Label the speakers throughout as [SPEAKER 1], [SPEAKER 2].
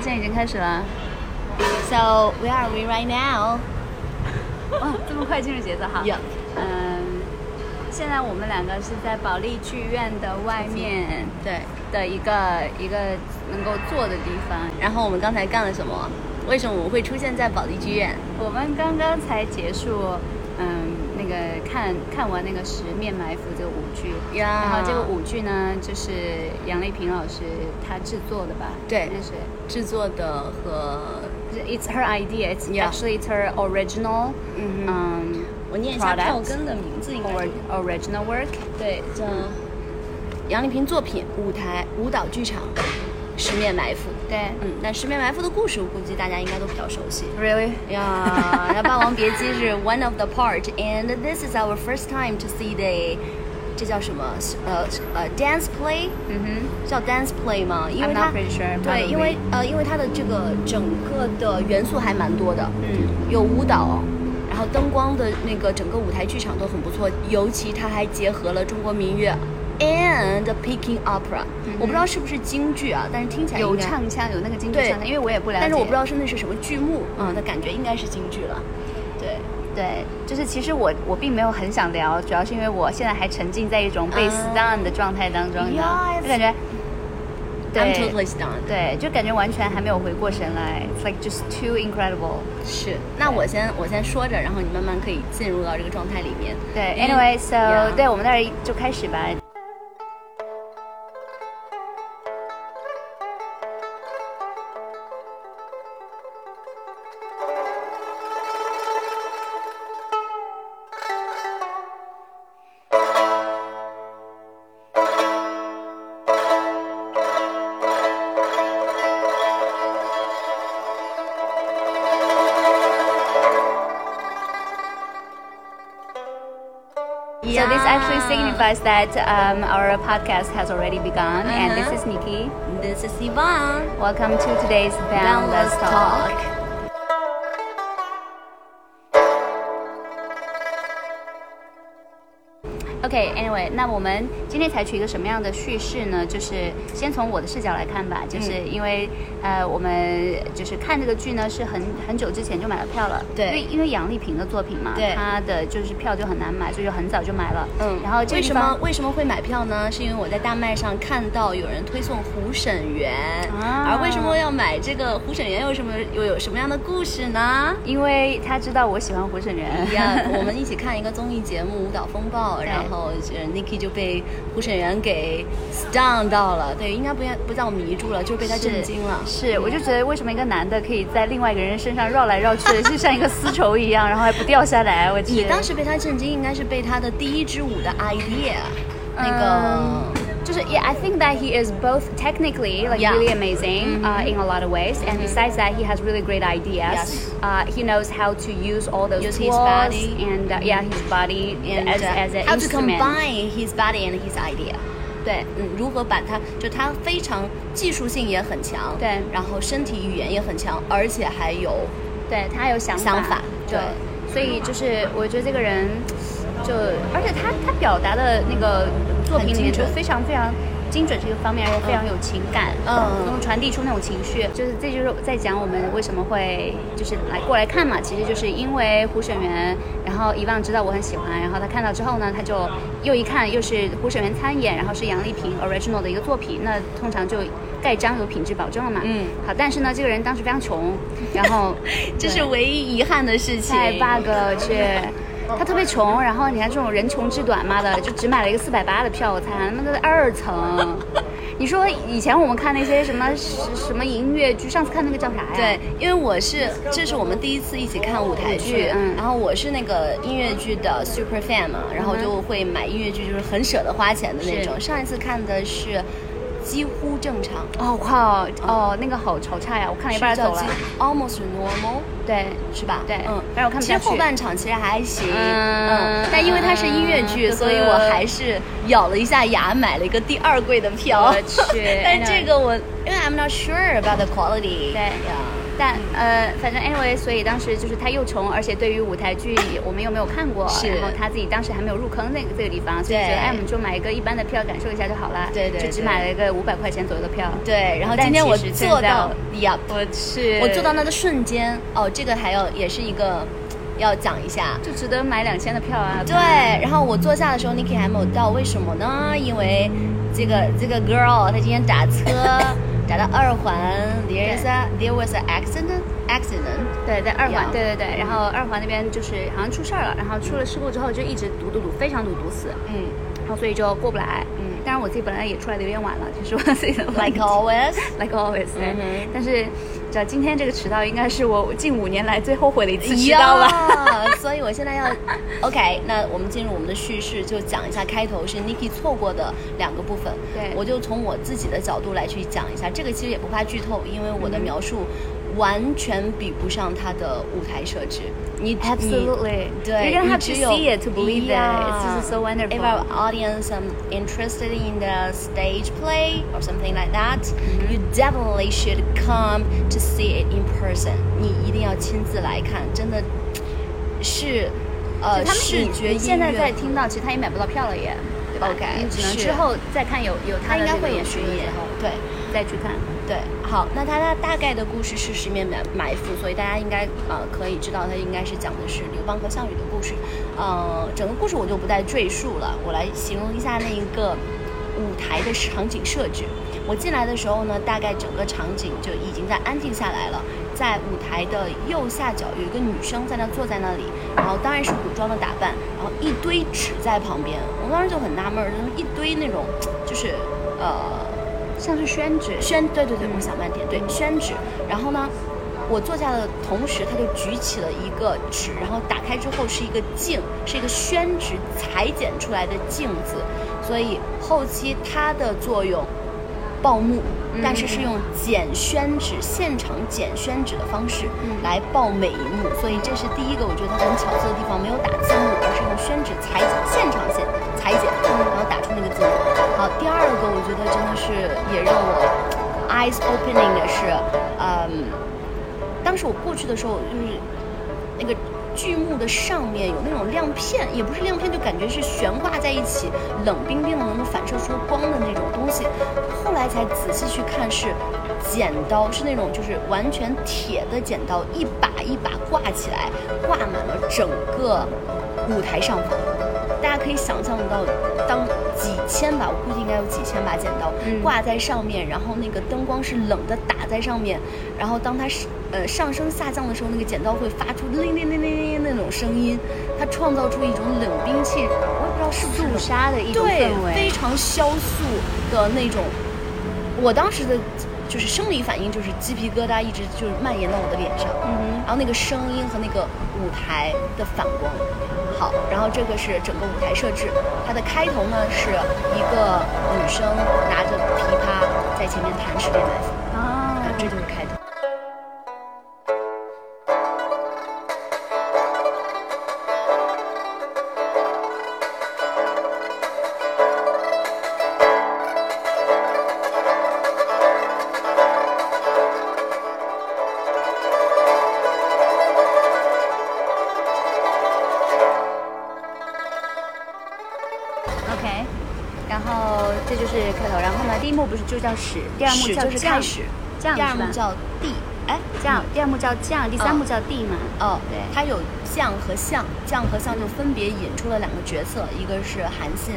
[SPEAKER 1] 现在已经开始了。
[SPEAKER 2] So where are we right now?
[SPEAKER 1] 哇，这么快进入节奏哈。
[SPEAKER 2] Yeah.
[SPEAKER 1] 嗯，现在我们两个是在保利剧院的外面
[SPEAKER 2] 对，
[SPEAKER 1] 的一个一个能够坐的地方。
[SPEAKER 2] 然后我们刚才干了什么？为什么我们会出现在保利剧院？
[SPEAKER 1] 我们刚刚才结束，嗯，那个看看完那个《十面埋伏》这个舞剧。
[SPEAKER 2] 呀
[SPEAKER 1] 然后这个舞剧呢，就是杨丽萍老师她制作的吧？
[SPEAKER 2] 对
[SPEAKER 1] 那是。
[SPEAKER 2] 制作的和
[SPEAKER 1] It's her idea. It's
[SPEAKER 2] Yeah.
[SPEAKER 1] actually it's her original.
[SPEAKER 2] 嗯哼
[SPEAKER 1] 嗯，
[SPEAKER 2] 我念一下
[SPEAKER 1] Product
[SPEAKER 2] 票根的名字应该
[SPEAKER 1] or
[SPEAKER 2] 是
[SPEAKER 1] original work.
[SPEAKER 2] 对，叫杨丽萍作品舞台舞蹈剧场《十面埋伏》。
[SPEAKER 1] 对。
[SPEAKER 2] 嗯，那《十面埋伏》的故事，我估计大家应该都比较熟悉。
[SPEAKER 1] Really?
[SPEAKER 2] 呀，那《霸王别姬》 是 one of the part，and this is our first time to see the，这叫什么？呃呃，dance play，
[SPEAKER 1] 嗯哼。
[SPEAKER 2] 叫 dance play 吗？因为
[SPEAKER 1] I'm
[SPEAKER 2] 它
[SPEAKER 1] not pretty sure,
[SPEAKER 2] 对，
[SPEAKER 1] probably.
[SPEAKER 2] 因为呃，因为它的这个整个的元素还蛮多的，
[SPEAKER 1] 嗯
[SPEAKER 2] 有舞蹈，然后灯光的那个整个舞台剧场都很不错，尤其它还结合了中国民乐 and Peking opera，、
[SPEAKER 1] 嗯哼
[SPEAKER 2] 我不知道是不是京剧啊，但是听起来
[SPEAKER 1] 有
[SPEAKER 2] 应该
[SPEAKER 1] 唱腔，有那个京剧
[SPEAKER 2] 对
[SPEAKER 1] 唱腔，因为我也不了解。
[SPEAKER 2] 但是我不知道是那是什么剧目，嗯
[SPEAKER 1] 嗯，
[SPEAKER 2] 那感觉应该是京剧了。对，
[SPEAKER 1] 对，就是其实我我并没有很想聊，主要是因为我现在还沉浸在一种被
[SPEAKER 2] 嗯
[SPEAKER 1] stun 的状态当中，你知道吗
[SPEAKER 2] Yes
[SPEAKER 1] 就感觉，
[SPEAKER 2] I'm
[SPEAKER 1] 对
[SPEAKER 2] totally stunned。
[SPEAKER 1] 对，就感觉完全还没有回过神来，It's like just too incredible。
[SPEAKER 2] 是，那我先我先说着，然后你慢慢可以进入到这个状态里面。
[SPEAKER 1] 对
[SPEAKER 2] 因为
[SPEAKER 1] ，anyway，so、
[SPEAKER 2] 嗯 Yeah
[SPEAKER 1] 对，我们那儿就开始吧。So this actually signifies that um, our podcast has already begun, and this
[SPEAKER 2] Uh-huh.
[SPEAKER 1] is Nikki.
[SPEAKER 2] This is Yvonne.
[SPEAKER 1] Welcome to today's Boundless Talk. OK，Anyway，、那我们今天采取一个什么样的叙事呢？就是先从我的视角来看
[SPEAKER 2] 嗯
[SPEAKER 1] 吧，就是因为、呃，我们就是看这个剧呢是很很久之前就买了票了，
[SPEAKER 2] 对
[SPEAKER 1] 因为因为杨丽萍的作品嘛，
[SPEAKER 2] 对
[SPEAKER 1] 她的就是票就很难买，所以就很早就买了，
[SPEAKER 2] 嗯，
[SPEAKER 1] 然后这
[SPEAKER 2] 为
[SPEAKER 1] 个地
[SPEAKER 2] 什
[SPEAKER 1] 方
[SPEAKER 2] 么为什么会买票呢？是因为我在大麦上看到有人推送胡沈园，
[SPEAKER 1] 啊
[SPEAKER 2] 而为什么要买这个胡沈园有什么又有什么样的故事 呢？
[SPEAKER 1] 因为她知道我喜欢胡沈源，
[SPEAKER 2] 呀，我们一起看一个综艺节目《舞蹈风暴》，
[SPEAKER 1] 对
[SPEAKER 2] 然后就是 Niki 就被胡沈园给 stun 到了，对，应该不不叫迷住了，就是被他震惊了。 嗯
[SPEAKER 1] 是，我就觉得为什么一个男的可以在另外一个人身上绕来绕去的，就像一个丝绸一样，然后还不掉下来？我
[SPEAKER 2] 你
[SPEAKER 1] 去，
[SPEAKER 2] 当时被他震惊，应该是被他的第一支舞的 idea，、那个。
[SPEAKER 1] 就是 Yeah, I think that he is both technically like
[SPEAKER 2] Yeah. Mm-hmm.
[SPEAKER 1] really amazing uh, in a lot of ways, and besides that, he has really great ideas.
[SPEAKER 2] Yes.
[SPEAKER 1] Uh, he knows how to use all those
[SPEAKER 2] Use his
[SPEAKER 1] tools
[SPEAKER 2] body.
[SPEAKER 1] and uh, yeah, his body
[SPEAKER 2] and
[SPEAKER 1] as
[SPEAKER 2] uh,
[SPEAKER 1] as an
[SPEAKER 2] how to
[SPEAKER 1] instrument.
[SPEAKER 2] combine his body and his idea。对，嗯，如何把它，就他非常技术性也很强，
[SPEAKER 1] 对
[SPEAKER 2] 然后身体语言也很强，而且还有，
[SPEAKER 1] 对他有想法，
[SPEAKER 2] 想法
[SPEAKER 1] 对，所以就是我觉得这个人就，而且他他表达的那个作品里面
[SPEAKER 2] 很精
[SPEAKER 1] 就
[SPEAKER 2] 准
[SPEAKER 1] 非常非常精准这个方面，而且非常有情感，
[SPEAKER 2] 嗯
[SPEAKER 1] 能传递出那种情绪，就是这就是在讲我们为什么会就是来过来看嘛，其实就是因为胡沈源，然后遗忘知道我很喜欢，然后他看到之后呢，他就又一看又是胡沈源参演，然后是杨丽萍 original 的一个作品，那通常就盖章有品质保证了嘛，
[SPEAKER 2] 嗯，
[SPEAKER 1] 好，但是呢，这个人当时非常穷，然 后
[SPEAKER 2] 这
[SPEAKER 1] 对
[SPEAKER 2] 是唯一遗憾的事情。
[SPEAKER 1] 太 bug 了，我去。他特别穷，然后你看这种人穷志短妈的，就只买了一个四百八的票，我才他妈的二层。你说以前我们看那些什么什什么音乐剧，上次看那个叫啥呀？
[SPEAKER 2] 对，，因为我是，这是我们第一次一起看舞台
[SPEAKER 1] 舞台
[SPEAKER 2] 剧
[SPEAKER 1] 剧，嗯
[SPEAKER 2] 然后我是那个音乐剧的 super fan 嘛，然后就会买音乐剧，就是很舍得花钱的那种。
[SPEAKER 1] 是
[SPEAKER 2] 上一次看的是几乎正常，
[SPEAKER 1] 哦靠，哦那个好好差呀，我看了一半
[SPEAKER 2] 是
[SPEAKER 1] 就走
[SPEAKER 2] 叫
[SPEAKER 1] 了
[SPEAKER 2] 几。almost normal。
[SPEAKER 1] 对，
[SPEAKER 2] 是吧？
[SPEAKER 1] 对
[SPEAKER 2] 嗯，
[SPEAKER 1] 反正我看不
[SPEAKER 2] 其
[SPEAKER 1] 下
[SPEAKER 2] 实
[SPEAKER 1] 去
[SPEAKER 2] 后半场其实还行，
[SPEAKER 1] 嗯
[SPEAKER 2] 嗯，但因为它是音乐剧，
[SPEAKER 1] 嗯
[SPEAKER 2] 所以我还是咬了一下牙买了一个第二贵的
[SPEAKER 1] 我
[SPEAKER 2] 票。
[SPEAKER 1] 去
[SPEAKER 2] 但这个我因为 I'm not sure about the quality，
[SPEAKER 1] 对
[SPEAKER 2] 呀
[SPEAKER 1] 但呃，反正 anyway，所以当时就是他又穷，而且对于舞台剧我们又没有看过，
[SPEAKER 2] 是
[SPEAKER 1] 然后他自己当时还没有入坑那个这个地方，所以觉
[SPEAKER 2] 对
[SPEAKER 1] 得哎，我们就买一个一般的票感受一下就好了，
[SPEAKER 2] 对对
[SPEAKER 1] 就只买了一个五百块钱左右的票，
[SPEAKER 2] 对，然后
[SPEAKER 1] 但
[SPEAKER 2] 今天
[SPEAKER 1] 其
[SPEAKER 2] 我
[SPEAKER 1] 实
[SPEAKER 2] 做
[SPEAKER 1] 现在
[SPEAKER 2] 到，Yup，
[SPEAKER 1] 我去，
[SPEAKER 2] 我做到那的瞬间，哦，这个还要也是一个要讲一下。
[SPEAKER 1] 就值得买两千的票啊，
[SPEAKER 2] 对，然后我坐下的时候，Niki 还没有到，为什么呢？因为这个这个 girl 啊她今天打车打到二环，there is a there was an accident accident，
[SPEAKER 1] 对，在二环
[SPEAKER 2] 要，
[SPEAKER 1] 对对对，然后二环那边就是好像出事儿了，然后出了事故之后就一直堵堵堵，非常堵堵死，
[SPEAKER 2] 嗯
[SPEAKER 1] 然后所以就过不来。
[SPEAKER 2] 嗯
[SPEAKER 1] 当然我自己本来也出来的有点晚了，就是我自己的问
[SPEAKER 2] ，like
[SPEAKER 1] 题
[SPEAKER 2] always，
[SPEAKER 1] like always，对。
[SPEAKER 2] 嗯哼
[SPEAKER 1] 但是，只要今天这个迟到，应该是我近五年来最后悔的一次 迟到吧。
[SPEAKER 2] 呀所以我现在要 OK，那我们进入我们的叙事，就讲一下开头是 Niki 错过的两个部分。
[SPEAKER 1] 对
[SPEAKER 2] 我就从我自己的角度来去讲一下，这个其实也不怕剧透，因为我的
[SPEAKER 1] 嗯
[SPEAKER 2] 描述完全比不上他的舞台设置。你你
[SPEAKER 1] Absolutely，
[SPEAKER 2] 对
[SPEAKER 1] you don't
[SPEAKER 2] 你
[SPEAKER 1] have
[SPEAKER 2] 只
[SPEAKER 1] to
[SPEAKER 2] 有
[SPEAKER 1] see it to believe it. It's
[SPEAKER 2] Yeah.
[SPEAKER 1] just so wonderful.
[SPEAKER 2] If our audience um, interested in the stage play or something like that,
[SPEAKER 1] Mm-hmm.
[SPEAKER 2] you definitely should come to see it in person. 你一定要亲自来看，真的是呃
[SPEAKER 1] 就他们
[SPEAKER 2] 视
[SPEAKER 1] 你
[SPEAKER 2] 觉
[SPEAKER 1] 你现在在
[SPEAKER 2] 在
[SPEAKER 1] 听到，其实他也买不到票了也，对吧
[SPEAKER 2] OK，
[SPEAKER 1] 你只能
[SPEAKER 2] 是
[SPEAKER 1] 之后再看有有
[SPEAKER 2] 他
[SPEAKER 1] 他
[SPEAKER 2] 应
[SPEAKER 1] 的
[SPEAKER 2] 该
[SPEAKER 1] 这个
[SPEAKER 2] 会有
[SPEAKER 1] 出
[SPEAKER 2] 巡
[SPEAKER 1] 的时
[SPEAKER 2] 演
[SPEAKER 1] 候，
[SPEAKER 2] 对。
[SPEAKER 1] 再去看。
[SPEAKER 2] 对，好，那它它大概的故事是十面埋埋伏，所以大家应该呃可以知道，它应该是讲的是刘邦和项羽的故事。呃，整个故事我就不再赘述了，我来形容一下那一个舞台的场景设置。我进来的时候呢，大概整个场景就已经在安静下来了，在舞台的右下角有一个女生在那坐在那里，然后当然是古装的打扮，然后一堆纸在旁边，我当时就很纳闷儿，就是一堆那种就是呃。
[SPEAKER 1] 像是宣纸，
[SPEAKER 2] 宣对对对，我想慢点，对宣纸。然后呢，我坐下的同时，他就举起了一个纸，然后打开之后是一个镜，是一个宣纸裁剪出来的镜子，所以后期它的作用。报幕，但是是用剪宣纸、现场剪宣纸的方式
[SPEAKER 1] 嗯
[SPEAKER 2] 来报每一幕，所以这是第一个我觉得很巧思的地方，没有打字幕，而是用宣纸裁剪现场剪裁剪，然后打出那个字幕。好，第二个我觉得真的是也让我 eyes opening 的是，嗯，当时我过去的时候就是那个剧目的上面有那种亮片，也不是亮片，就感觉是悬挂在一起，冷冰冰的能够反射出光的那种东西。后来才仔细去看是剪刀，是那种就是完全铁的剪刀，一把一把挂起来，挂满了整个舞台上方。大家可以想象到，当几千把，我估计应该有几千把剪刀、
[SPEAKER 1] 嗯
[SPEAKER 2] 挂在上面，然后那个灯光是冷的打在上面，然后当它是呃上升下降的时候，那个剪刀会发出铃铃铃铃铃那种声音，它创造出一种冷兵器，我也不知道是不是冷
[SPEAKER 1] 肃杀的一种
[SPEAKER 2] 对
[SPEAKER 1] 氛，
[SPEAKER 2] 非
[SPEAKER 1] 围。
[SPEAKER 2] 常萧素的那种。我当时的就是生理反应就是鸡皮疙瘩一直就是蔓延到我的脸上，
[SPEAKER 1] 嗯哼
[SPEAKER 2] 然后那个声音和那个舞台的反光。好，然后这个是整个舞台设置，它的开头呢是一个女生拿着琵琶在前面弹《十面埋伏》，
[SPEAKER 1] 啊
[SPEAKER 2] 这就是开头。
[SPEAKER 1] OK，然后这就是开头，然后呢，第一幕不是就叫始，第二幕
[SPEAKER 2] 始
[SPEAKER 1] 叫
[SPEAKER 2] 就是
[SPEAKER 1] 将
[SPEAKER 2] 开始，
[SPEAKER 1] 将
[SPEAKER 2] 第二幕
[SPEAKER 1] 是吧
[SPEAKER 2] 叫地，哎，
[SPEAKER 1] 将，第二幕叫将，第三幕叫地嘛。
[SPEAKER 2] 哦，
[SPEAKER 1] 对
[SPEAKER 2] 它有将和相，将和相就分别引出了两个角色，一个是韩信，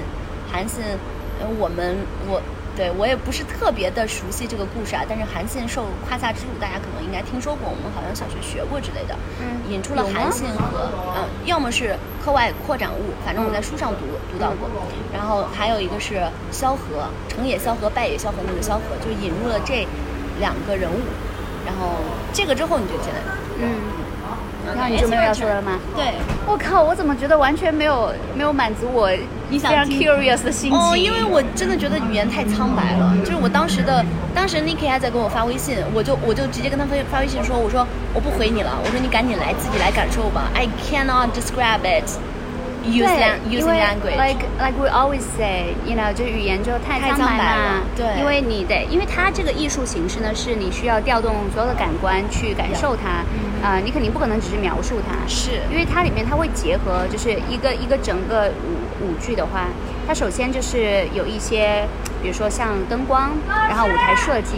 [SPEAKER 2] 韩信，呃，我们我对我也不是特别的熟悉这个故事啊，但是韩信受胯下之辱，大家可能应该听说过，我们好像小学学过之类的，
[SPEAKER 1] 嗯
[SPEAKER 2] 引出了
[SPEAKER 1] 有吗
[SPEAKER 2] 韩信和，嗯、要么是课外扩展物，反正我在书上读
[SPEAKER 1] 嗯
[SPEAKER 2] 读到过，然后还有一个是萧何，成也萧何，败也萧何，那个萧何就引入了这两个人物，然后这个之后你就进来了。
[SPEAKER 1] 嗯，然后你就没有要说的了吗？
[SPEAKER 2] 对，
[SPEAKER 1] 我靠，我怎么觉得完全没有没有满足我你
[SPEAKER 2] 想
[SPEAKER 1] 非常
[SPEAKER 2] 听
[SPEAKER 1] curious 的心情？
[SPEAKER 2] 哦，因为我真的觉得语言太苍白了，就是我当时的，当时 Niki 还在给我发微信，我就我就直接跟他发发微信说，我说我不回你了，我说你赶紧来自己来感受吧，I cannot describe it。 use
[SPEAKER 1] 对
[SPEAKER 2] lang-
[SPEAKER 1] 因
[SPEAKER 2] using
[SPEAKER 1] 为
[SPEAKER 2] language。
[SPEAKER 1] Like like we always say, you know，就语言就太
[SPEAKER 2] 太
[SPEAKER 1] 苍
[SPEAKER 2] 苍
[SPEAKER 1] 白
[SPEAKER 2] 白
[SPEAKER 1] 嘛
[SPEAKER 2] 了。对
[SPEAKER 1] 因为你得，因为它这个艺术形式呢，是你需要调动所有的感官去感受它。啊、你肯定不可能只是描述它。
[SPEAKER 2] 是
[SPEAKER 1] 因为它里面它会结合，就是一个一个整个呃舞舞剧的话，它首先就是有一些，比如说像灯光，然后舞台设计，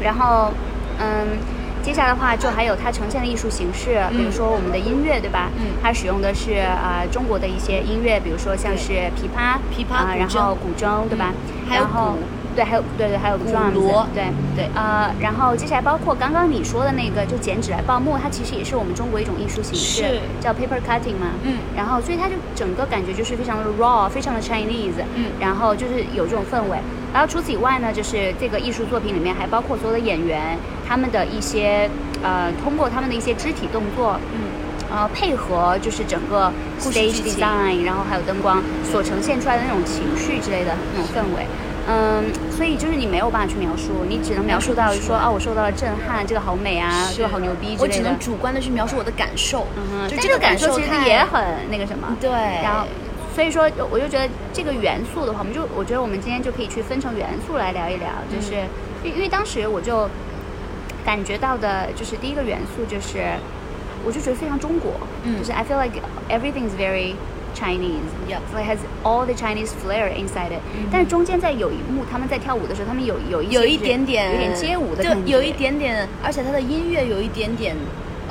[SPEAKER 1] 然后嗯，接下来的话就还有它呈现的艺术形式，比如说我们的音乐，对吧？
[SPEAKER 2] 嗯
[SPEAKER 1] 它使用的是啊、呃中国的一些音乐，比如说像是琵琶、
[SPEAKER 2] 琵琶
[SPEAKER 1] 啊、
[SPEAKER 2] 古
[SPEAKER 1] 然后
[SPEAKER 2] 筝
[SPEAKER 1] 古筝，对吧？
[SPEAKER 2] 嗯还有
[SPEAKER 1] 然后
[SPEAKER 2] 鼓
[SPEAKER 1] 对，还有对对，还有
[SPEAKER 2] 鼓
[SPEAKER 1] drums，
[SPEAKER 2] 锣
[SPEAKER 1] 对
[SPEAKER 2] 对
[SPEAKER 1] 呃，然后接下来包括刚刚你说的那个，就剪纸来报幕，它其实也是我们中国一种艺术形
[SPEAKER 2] 是
[SPEAKER 1] 式，叫 paper cutting 嘛。
[SPEAKER 2] 嗯
[SPEAKER 1] 然后，所以它就整个感觉就是非常的 raw，非常的 Chinese。
[SPEAKER 2] 嗯
[SPEAKER 1] 然后就是有这种氛围。然后除此以外呢，就是这个艺术作品里面还包括所有的演员他们的一些呃，通过他们的一些肢体动作，
[SPEAKER 2] 嗯
[SPEAKER 1] 呃，配合就是整个
[SPEAKER 2] 故事剧
[SPEAKER 1] stage
[SPEAKER 2] 情
[SPEAKER 1] design，然后还有灯光所呈现出来的那种情绪之类的那种氛围。嗯，所以就是你没有办法去描述，你只能描述到
[SPEAKER 2] 描述不出
[SPEAKER 1] 说
[SPEAKER 2] 来
[SPEAKER 1] 啊，我受到了震撼，这个好美啊，这个好牛逼之
[SPEAKER 2] 我只
[SPEAKER 1] 类的
[SPEAKER 2] 能。主观的去描述我的感受，
[SPEAKER 1] 嗯哼，
[SPEAKER 2] 就
[SPEAKER 1] 但
[SPEAKER 2] 这个
[SPEAKER 1] 感
[SPEAKER 2] 受
[SPEAKER 1] 其实
[SPEAKER 2] 太
[SPEAKER 1] 也很那个什么。
[SPEAKER 2] 对，
[SPEAKER 1] 然后，所以说，我就觉得这个元素的话，我们就我觉得我们今天就可以去分成元素来聊一聊，就是、
[SPEAKER 2] 嗯
[SPEAKER 1] 因为因为当时我就感觉到的就是第一个元素就是，我就觉得非常中国，
[SPEAKER 2] 嗯
[SPEAKER 1] 就是 I feel like everything is very Chinese,
[SPEAKER 2] Yeah.
[SPEAKER 1] so it has all the Chinese flair inside it、
[SPEAKER 2] 嗯
[SPEAKER 1] 但是中间在有一幕他们在跳舞的时候，他们有有一些
[SPEAKER 2] 有一
[SPEAKER 1] 就是
[SPEAKER 2] 点点
[SPEAKER 1] 有点街舞的
[SPEAKER 2] 对
[SPEAKER 1] 感，觉，
[SPEAKER 2] 有一点点，而且它的音乐有一点点，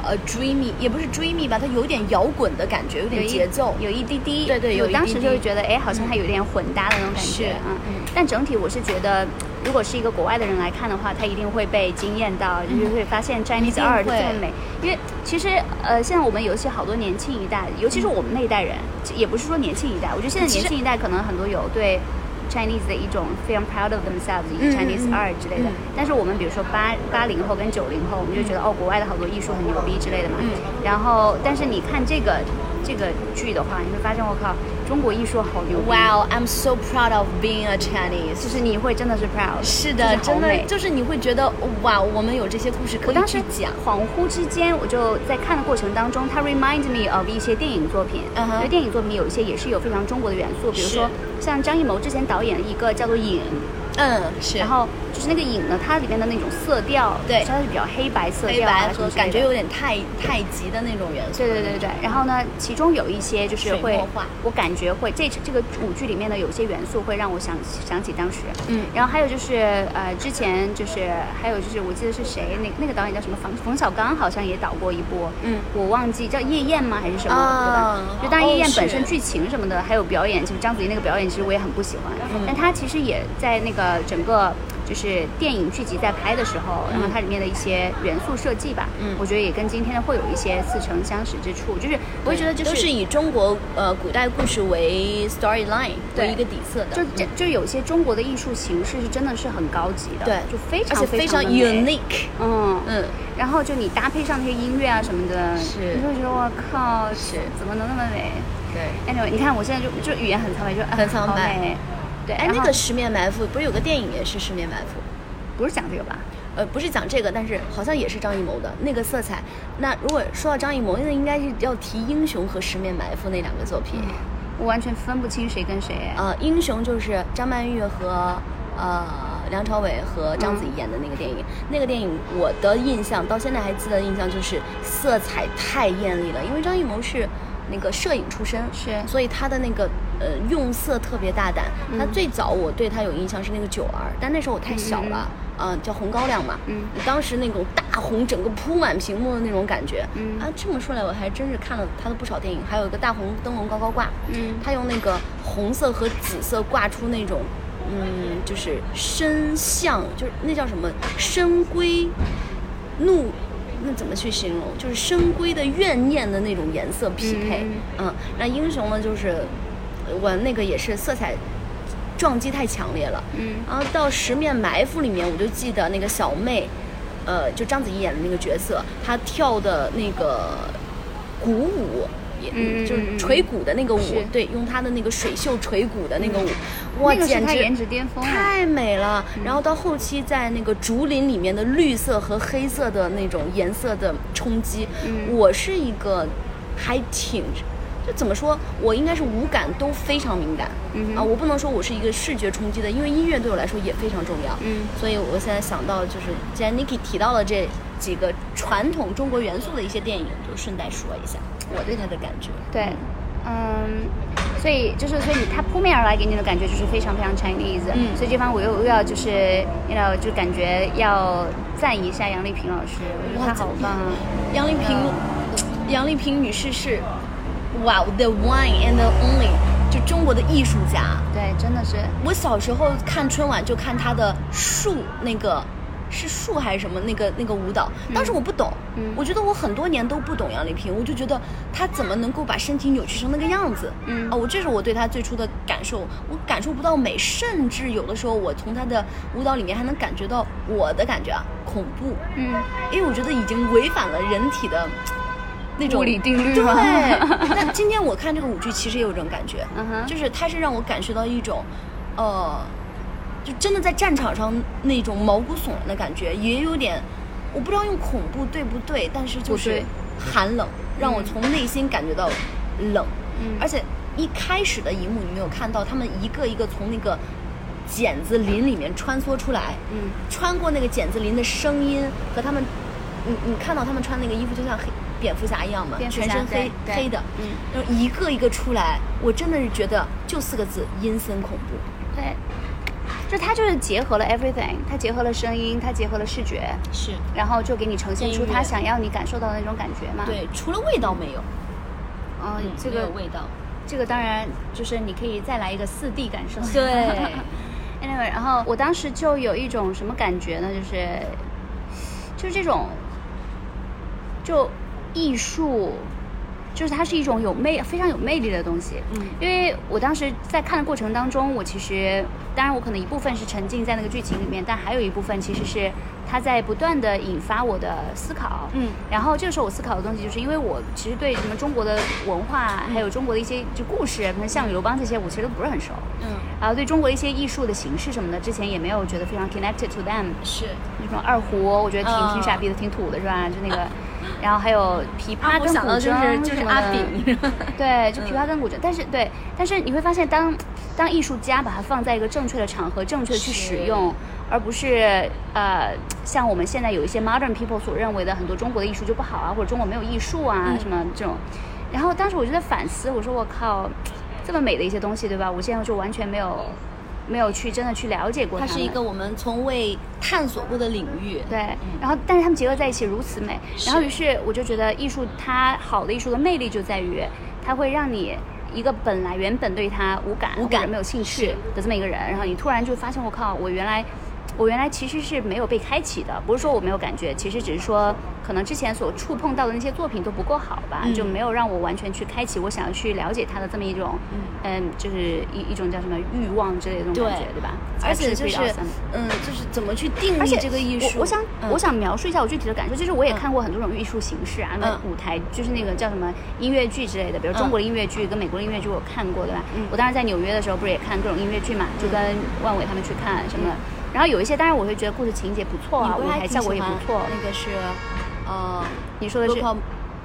[SPEAKER 2] 呃，dreamy，也不是 dreamy 吧，它有点摇滚的感觉，有
[SPEAKER 1] 有
[SPEAKER 2] 点
[SPEAKER 1] 一
[SPEAKER 2] 节奏。
[SPEAKER 1] 有一滴滴。
[SPEAKER 2] 对对有
[SPEAKER 1] 我
[SPEAKER 2] 一
[SPEAKER 1] 当
[SPEAKER 2] 滴
[SPEAKER 1] 时
[SPEAKER 2] 滴
[SPEAKER 1] 就会觉得，哎，好像还有点混搭的那种感
[SPEAKER 2] 是
[SPEAKER 1] 觉啊
[SPEAKER 2] 嗯。
[SPEAKER 1] 但整体我是觉得，如果是一个国外的人来看的话，他一定会被惊艳到，就是会发现
[SPEAKER 2] 一
[SPEAKER 1] Chinese
[SPEAKER 2] 定
[SPEAKER 1] art 这
[SPEAKER 2] 会
[SPEAKER 1] 么美。因为其实呃，现在我们有一些好多年轻一代，尤其是我们那一代人，其也不是说年轻一代，我觉得现在
[SPEAKER 2] 其
[SPEAKER 1] 年
[SPEAKER 2] 实
[SPEAKER 1] 轻一代可能很多有对。Chinese 的一种非常 proud of themselves
[SPEAKER 2] 嗯
[SPEAKER 1] Chinese
[SPEAKER 2] 嗯
[SPEAKER 1] art 之类的
[SPEAKER 2] 嗯，
[SPEAKER 1] 但是我们比如说八八零后跟九零后，我们就觉得哦，国外的好多艺术很牛逼之类的嘛。
[SPEAKER 2] 嗯
[SPEAKER 1] 然后，但是你看这个这个剧的话，你会发现我靠，中国艺术好牛逼
[SPEAKER 2] Wow, I'm so proud of being a Chinese。
[SPEAKER 1] 就是你会真的是 proud，
[SPEAKER 2] 是的，
[SPEAKER 1] 就是好
[SPEAKER 2] 真的
[SPEAKER 1] 美
[SPEAKER 2] 就是你会觉得哦哇，我们有这些故事可
[SPEAKER 1] 我
[SPEAKER 2] 以
[SPEAKER 1] 当时
[SPEAKER 2] 去讲。
[SPEAKER 1] 恍惚之间，我就在看的过程当中，它 remind me of 一些电影作品。
[SPEAKER 2] 嗯哼
[SPEAKER 1] 因为电影作品有一些也是有非常中国的元素，比如
[SPEAKER 2] 是
[SPEAKER 1] 说像张艺谋之前导演的一个叫做《影》，
[SPEAKER 2] 嗯，是。
[SPEAKER 1] 然后就是那个影呢，它里面的那种色调，
[SPEAKER 2] 对
[SPEAKER 1] 它是比较黑白色
[SPEAKER 2] 黑
[SPEAKER 1] 调啊
[SPEAKER 2] 白
[SPEAKER 1] 什么
[SPEAKER 2] 和
[SPEAKER 1] 之类
[SPEAKER 2] 感觉
[SPEAKER 1] 的
[SPEAKER 2] 有点太太极的那种元素。
[SPEAKER 1] 对对对对，然后呢，其中有一些就是
[SPEAKER 2] 水
[SPEAKER 1] 会
[SPEAKER 2] 墨画，
[SPEAKER 1] 我感觉会这这个舞剧里面的有些元素会让我想想起当时，
[SPEAKER 2] 嗯
[SPEAKER 1] 然后还有就是呃，之前就是还有就是我记得是谁那那个导演叫什么冯冯小刚好像也导过一部，
[SPEAKER 2] 嗯
[SPEAKER 1] 我忘记叫夜宴吗还是什么，
[SPEAKER 2] 啊
[SPEAKER 1] 对吧？就当然夜宴
[SPEAKER 2] 哦
[SPEAKER 1] 本
[SPEAKER 2] 是
[SPEAKER 1] 身剧情什么的，还有表演，就是章子怡那个表演，其实我也很不喜欢，
[SPEAKER 2] 嗯
[SPEAKER 1] 但他其实也在那个整个。就是电影剧集在拍的时候，然后
[SPEAKER 2] 嗯
[SPEAKER 1] 它里面的一些元素设计吧，
[SPEAKER 2] 嗯
[SPEAKER 1] 我觉得也跟今天的会有一些似曾相识之处，就是我会觉得就
[SPEAKER 2] 都
[SPEAKER 1] 是
[SPEAKER 2] 是以中国呃古代故事为 storyline
[SPEAKER 1] 对
[SPEAKER 2] 为一个底色的，嗯
[SPEAKER 1] 就这就有些中国的艺术形式是真的是很高级的，
[SPEAKER 2] 对
[SPEAKER 1] 就非
[SPEAKER 2] 而
[SPEAKER 1] 常
[SPEAKER 2] 且非
[SPEAKER 1] 常
[SPEAKER 2] 常
[SPEAKER 1] 的美
[SPEAKER 2] unique。
[SPEAKER 1] 嗯。
[SPEAKER 2] 嗯，
[SPEAKER 1] 然后就你搭配上那些音乐啊什么的，
[SPEAKER 2] 是
[SPEAKER 1] 你就会觉得我靠，
[SPEAKER 2] 是
[SPEAKER 1] 怎么能那么美
[SPEAKER 2] 对。
[SPEAKER 1] ？Anyway，你看我现在就就语言很苍白，就啊
[SPEAKER 2] 很苍
[SPEAKER 1] 好
[SPEAKER 2] 白
[SPEAKER 1] 美对，
[SPEAKER 2] 哎，
[SPEAKER 1] 然
[SPEAKER 2] 那
[SPEAKER 1] 后
[SPEAKER 2] 个十面埋伏不是有个电影也是十面埋伏？
[SPEAKER 1] 不是讲这个吧？
[SPEAKER 2] 呃，不是讲这个，但是好像也是张艺谋的那个色彩。那如果说到张艺谋，那应该是要提《英雄》和《十面埋伏》那两个作品。
[SPEAKER 1] 嗯我完全分不清谁跟谁。
[SPEAKER 2] 呃，《英雄》就是张曼玉和呃梁朝伟和章
[SPEAKER 1] 嗯
[SPEAKER 2] 子怡演的那个电影。那个电影我的印象到现在还记得，印象就是色彩太艳丽了，因为张艺谋是那个摄影出身，
[SPEAKER 1] 是
[SPEAKER 2] 所以他的那个呃用色特别大胆。他
[SPEAKER 1] 嗯
[SPEAKER 2] 最早我对他有印象是那个九儿，但那时候我太小了。嗯、叫红高粱嘛，
[SPEAKER 1] 嗯，
[SPEAKER 2] 当时那种大红整个铺满屏幕的那种感觉，
[SPEAKER 1] 嗯
[SPEAKER 2] 啊，这么说来我还真是看了他的不少电影，还有一个大红灯笼高高挂，
[SPEAKER 1] 嗯
[SPEAKER 2] 他用那个红色和紫色挂出那种，嗯，就是深巷，就是那叫什么深闺怒，那怎么去形容？就是深闺的怨念的那种颜色匹配。嗯，那英雄呢，就是我那个也是色彩撞击太强烈了。
[SPEAKER 1] 嗯
[SPEAKER 2] 然后到《十面埋伏》里面，我就记得那个小妹，呃，就章子怡演的那个角色，她跳的那个鼓舞。也
[SPEAKER 1] 嗯
[SPEAKER 2] 就是捶鼓的那个舞
[SPEAKER 1] 是，嗯
[SPEAKER 2] 对，用她的那个水袖捶鼓的那个舞，哇，
[SPEAKER 1] 那个是
[SPEAKER 2] 简
[SPEAKER 1] 他
[SPEAKER 2] 直
[SPEAKER 1] 颜值巅峰啊！
[SPEAKER 2] 太美了。然后到后期，在那个竹林里面的绿色和黑色的那种颜色的冲击，
[SPEAKER 1] 嗯
[SPEAKER 2] 我是一个还挺就怎么说，我应该是五感都非常敏感，
[SPEAKER 1] 嗯哼
[SPEAKER 2] 啊，我不能说我是一个视觉冲击的，因为音乐对我来说也非常重要，
[SPEAKER 1] 嗯
[SPEAKER 2] 所以我现在想到就是，既然 Niki 提到了这几个传统中国元素的一些电影，就顺带说一下我对它的感觉，
[SPEAKER 1] 对，嗯，所以就是所以你它扑面而来给你的感觉就是非常非常 Chinese，、
[SPEAKER 2] 嗯
[SPEAKER 1] 所以这方我又又要就是又要就感觉要赞一下杨丽萍老师，我觉得她好棒啊！
[SPEAKER 2] 杨丽萍，杨丽萍女士是，wow the one and the only，就中国的艺术家。
[SPEAKER 1] 对，真的是，
[SPEAKER 2] 我小时候看春晚就看她的树那个。是树还是什么那个那个舞蹈？当时我不懂，
[SPEAKER 1] 嗯
[SPEAKER 2] 我觉得我很多年都不懂杨丽萍，我就觉得她怎么能够把身体扭曲成那个样子？
[SPEAKER 1] 嗯
[SPEAKER 2] 啊，我这是我对她最初的感受，我感受不到美，甚至有的时候我从她的舞蹈里面还能感觉到我的感觉啊，恐怖。
[SPEAKER 1] 嗯，
[SPEAKER 2] 因为我觉得已经违反了人体的那种
[SPEAKER 1] 物理定律
[SPEAKER 2] 对，
[SPEAKER 1] 吗
[SPEAKER 2] 那今天我看这个舞剧，其实也有这种感觉，
[SPEAKER 1] 嗯哼
[SPEAKER 2] 就是它是让我感受到一种，呃，就真的在战场上那种毛骨悚然的感觉，也有点，我不知道用恐怖对不对，但是就
[SPEAKER 1] 不
[SPEAKER 2] 是
[SPEAKER 1] 对
[SPEAKER 2] 寒冷，让我从内心感觉到冷，
[SPEAKER 1] 嗯
[SPEAKER 2] 而且一开始的一幕你没有看到，他们一个一个从那个剪子林里面穿梭出来，
[SPEAKER 1] 嗯，
[SPEAKER 2] 穿过那个剪子林的声音和他们，你你看到他们穿那个衣服就像黑蝙蝠侠一样嘛，
[SPEAKER 1] 蝙蝠
[SPEAKER 2] 全
[SPEAKER 1] 侠
[SPEAKER 2] 身黑
[SPEAKER 1] 对对
[SPEAKER 2] 黑的，
[SPEAKER 1] 嗯，
[SPEAKER 2] 然后一个一个出来，我真的是觉得就四个字，阴森恐怖。
[SPEAKER 1] 对，就它就是结合了 everything，它结合了声音，它结合了视觉，
[SPEAKER 2] 是
[SPEAKER 1] 然后就给你呈现出
[SPEAKER 2] 音乐
[SPEAKER 1] 他想要你感受到的那种感觉嘛。，
[SPEAKER 2] 对，除了味道没有，
[SPEAKER 1] 嗯、
[SPEAKER 2] 嗯，
[SPEAKER 1] 这
[SPEAKER 2] 没
[SPEAKER 1] 个
[SPEAKER 2] 有味道，
[SPEAKER 1] 这个当然就是你可以再来一个四 D 感受。
[SPEAKER 2] 对。
[SPEAKER 1] Anyway，然后我当时就有一种什么感觉呢？就是，就是这种，就艺术，就是它是一种有魅非常有魅力的东西。
[SPEAKER 2] 嗯
[SPEAKER 1] 因为我当时在看的过程当中，我其实当然我可能一部分是沉浸在那个剧情里面，但还有一部分其实是它在不断的引发我的思考。
[SPEAKER 2] 嗯
[SPEAKER 1] 然后这个时候我思考的东西，就是因为我其实对什么中国的文化，还有中国的一些就故事，比如像刘邦这些，我其实都不是很熟。
[SPEAKER 2] 嗯，
[SPEAKER 1] 然后对中国的一些艺术的形式什么的，之前也没有觉得非常 connected to them。
[SPEAKER 2] 是
[SPEAKER 1] 那种二胡，我觉得挺、
[SPEAKER 2] 嗯
[SPEAKER 1] 挺傻逼的，挺土的是吧？就那个，然后还有琵琶
[SPEAKER 2] 啊我
[SPEAKER 1] 跟
[SPEAKER 2] 想
[SPEAKER 1] 古
[SPEAKER 2] 到就是
[SPEAKER 1] 筝
[SPEAKER 2] 就是嗯
[SPEAKER 1] 什么
[SPEAKER 2] 阿
[SPEAKER 1] 的
[SPEAKER 2] 炳
[SPEAKER 1] 对，就琵琶跟古筝。但是对，但是你会发现当，当艺术家把它放在一个正确的场合，正确地去使
[SPEAKER 2] 是
[SPEAKER 1] 用，而不是呃像我们现在有一些 modern people 所认为的很多中国的艺术就不好啊，或者中国没有艺术啊、
[SPEAKER 2] 嗯
[SPEAKER 1] 什么这种。然后当时我就在反思，我说我靠，这么美的一些东西，对吧？我现在就完全没有没有去真的去了解过
[SPEAKER 2] 它
[SPEAKER 1] 它
[SPEAKER 2] 是
[SPEAKER 1] 们
[SPEAKER 2] 一个我们从未探索过的领域。
[SPEAKER 1] 对，
[SPEAKER 2] 嗯
[SPEAKER 1] 然后但是他们结合在一起如此美，然后于是我就觉得艺术它好的艺术的魅力就在于，它会让你一个本来原本对它无感
[SPEAKER 2] 无
[SPEAKER 1] 或
[SPEAKER 2] 感
[SPEAKER 1] 者没有兴趣的这么一个人，然后你突然就发现我靠，我原来我原来其实是没有被开启的，不是说我没有感觉，其实只是说可能之前所触碰到的那些作品都不够好吧，
[SPEAKER 2] 嗯
[SPEAKER 1] 就没有让我完全去开启我想要去了解它的这么一种，嗯，就是一一种叫什么欲望之类的这种感觉，
[SPEAKER 2] 对
[SPEAKER 1] 对吧？
[SPEAKER 2] 而且就
[SPEAKER 1] That's
[SPEAKER 2] 是
[SPEAKER 1] pretty awesome，
[SPEAKER 2] 嗯，就是怎么去定
[SPEAKER 1] 而
[SPEAKER 2] 义
[SPEAKER 1] 且
[SPEAKER 2] 这个艺术？
[SPEAKER 1] 我我想、
[SPEAKER 2] 嗯
[SPEAKER 1] 我想描述一下我具体的感受，就是我也
[SPEAKER 2] 嗯
[SPEAKER 1] 看过很多种艺术形式啊，那、
[SPEAKER 2] 嗯
[SPEAKER 1] 舞台就是那个叫什么音乐剧之类的，比如中国的音乐剧跟美国的音乐剧我有看过，对吧？
[SPEAKER 2] 嗯
[SPEAKER 1] 我当时在纽约的时候不是也看各种音乐剧嘛，就跟万伟他们去看什么的。然后有一些，当然我会觉得故事情节不错啊，
[SPEAKER 2] 你
[SPEAKER 1] 舞
[SPEAKER 2] 不是还
[SPEAKER 1] 台效果也不
[SPEAKER 2] 挺喜
[SPEAKER 1] 错
[SPEAKER 2] 欢。那个是，呃，
[SPEAKER 1] 你说的是
[SPEAKER 2] Book of-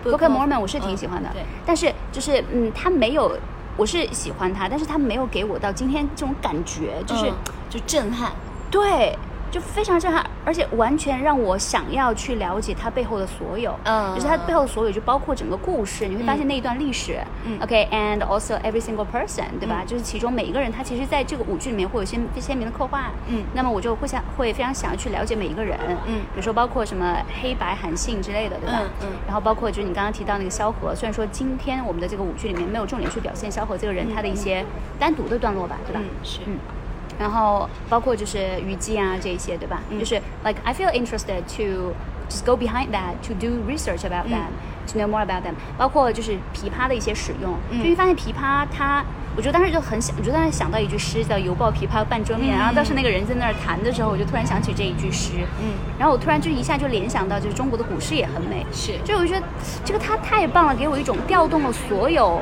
[SPEAKER 2] Book
[SPEAKER 1] 洛克
[SPEAKER 2] of-
[SPEAKER 1] 摩尔曼，我是挺喜欢的。
[SPEAKER 2] 嗯对，
[SPEAKER 1] 但是就是嗯，他没有，我是喜欢他，但是他没有给我到今天这种感觉，就是。
[SPEAKER 2] 嗯就震撼，
[SPEAKER 1] 对，就非常震撼，而且完全让我想要去了解它背后的所有。
[SPEAKER 2] 嗯
[SPEAKER 1] 就是它背后的所有，就包括整个故事，你会发现那一段历史。
[SPEAKER 2] 嗯
[SPEAKER 1] OK，and、also every single person，对吧？
[SPEAKER 2] 嗯
[SPEAKER 1] 就是其中每一个人，他其实在这个舞剧里面会有一些鲜明的刻画。
[SPEAKER 2] 嗯
[SPEAKER 1] 那么我就会想，会非常想要去了解每一个人。
[SPEAKER 2] 嗯
[SPEAKER 1] 比如说包括什么黑白韩信之类的，对吧？
[SPEAKER 2] 嗯嗯
[SPEAKER 1] 然后包括就是你刚刚提到那个萧何，虽然说今天我们的这个舞剧里面没有重点去表现萧何这个人他的一些单独的段落吧，对吧？
[SPEAKER 2] 嗯，是，
[SPEAKER 1] 嗯然后包括就是虞姬啊这一些，对吧？
[SPEAKER 2] 嗯
[SPEAKER 1] 就是 like I feel interested to just go behind that to do research about
[SPEAKER 2] 嗯
[SPEAKER 1] them、to know more about them。包括就是琵琶的一些使用，
[SPEAKER 2] 嗯
[SPEAKER 1] 就会发现琵琶它，我觉得当时就很想，我就当时想到一句诗叫“犹抱琵琶半遮面”，
[SPEAKER 2] 嗯
[SPEAKER 1] 然后当时那个人在那儿弹的时候，我就突然想起这一句诗，
[SPEAKER 2] 嗯，
[SPEAKER 1] 然后我突然就一下就联想到就是中国的古诗也很美，
[SPEAKER 2] 是
[SPEAKER 1] 就我觉得这个他太棒了，给我一种调动了所有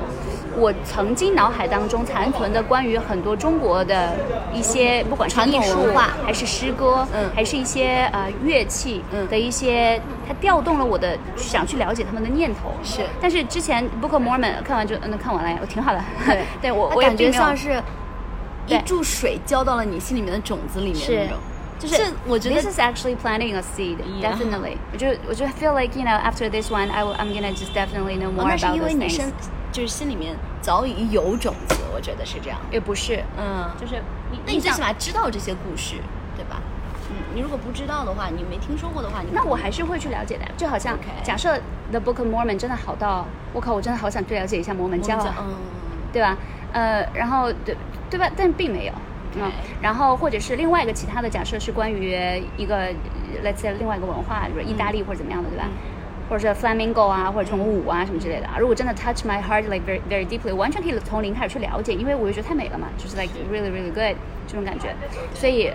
[SPEAKER 1] 我曾经脑海当中残存的关于很多中国的一些，不管是
[SPEAKER 2] 传
[SPEAKER 1] 艺
[SPEAKER 2] 统
[SPEAKER 1] 术
[SPEAKER 2] 文化
[SPEAKER 1] 还是诗歌，
[SPEAKER 2] 嗯
[SPEAKER 1] 还是一些呃乐器
[SPEAKER 2] 嗯
[SPEAKER 1] 的一些，它调动了我的想去了解他们的念头。
[SPEAKER 2] 是
[SPEAKER 1] 但是之前《Book of Mormon》看完就嗯看完了呀，我挺好的。
[SPEAKER 2] 对
[SPEAKER 1] 对我
[SPEAKER 2] 它
[SPEAKER 1] 我也
[SPEAKER 2] 感觉
[SPEAKER 1] 并没有
[SPEAKER 2] 像是一
[SPEAKER 1] 对
[SPEAKER 2] 注水浇到了你心里面的种子里面
[SPEAKER 1] 是
[SPEAKER 2] 那种。
[SPEAKER 1] 就是
[SPEAKER 2] 这我觉得
[SPEAKER 1] this is actually planting a seed
[SPEAKER 2] Yeah.
[SPEAKER 1] definitely 我就我就 feel like you know after this one I will I'm gonna just definitely know
[SPEAKER 2] 哦
[SPEAKER 1] more
[SPEAKER 2] 那是
[SPEAKER 1] about
[SPEAKER 2] 因为
[SPEAKER 1] those
[SPEAKER 2] 你身
[SPEAKER 1] things
[SPEAKER 2] 就是心里面早已有种子，我觉得是这样。
[SPEAKER 1] 也不是
[SPEAKER 2] 嗯，
[SPEAKER 1] 就是你
[SPEAKER 2] 那你最
[SPEAKER 1] 想
[SPEAKER 2] 起码知道这些故事，对吧？嗯，你如果不知道的话，你没听说过的话，你
[SPEAKER 1] 那我还是会去了解的呀，就好像
[SPEAKER 2] OK
[SPEAKER 1] 假设 The Book of Mormon 真的好到我靠，我真的好想去了解一下摩门教
[SPEAKER 2] 教
[SPEAKER 1] 啊，
[SPEAKER 2] 嗯，
[SPEAKER 1] 对吧？呃，然后对对吧？但并没有。嗯
[SPEAKER 2] OK，
[SPEAKER 1] 然后或者是另外一个其他的假设是关于一个呃，let's say 另外一个文化，比
[SPEAKER 2] 嗯
[SPEAKER 1] 如意大利或者怎么样的，对吧？或者是 flamingo 啊，或者这种舞啊什么之类的啊。如果真的 touch my heart like very very deeply，完全可以从零开始去了解，因为我就觉得太美了嘛，就是 like really really good 这种感觉。所以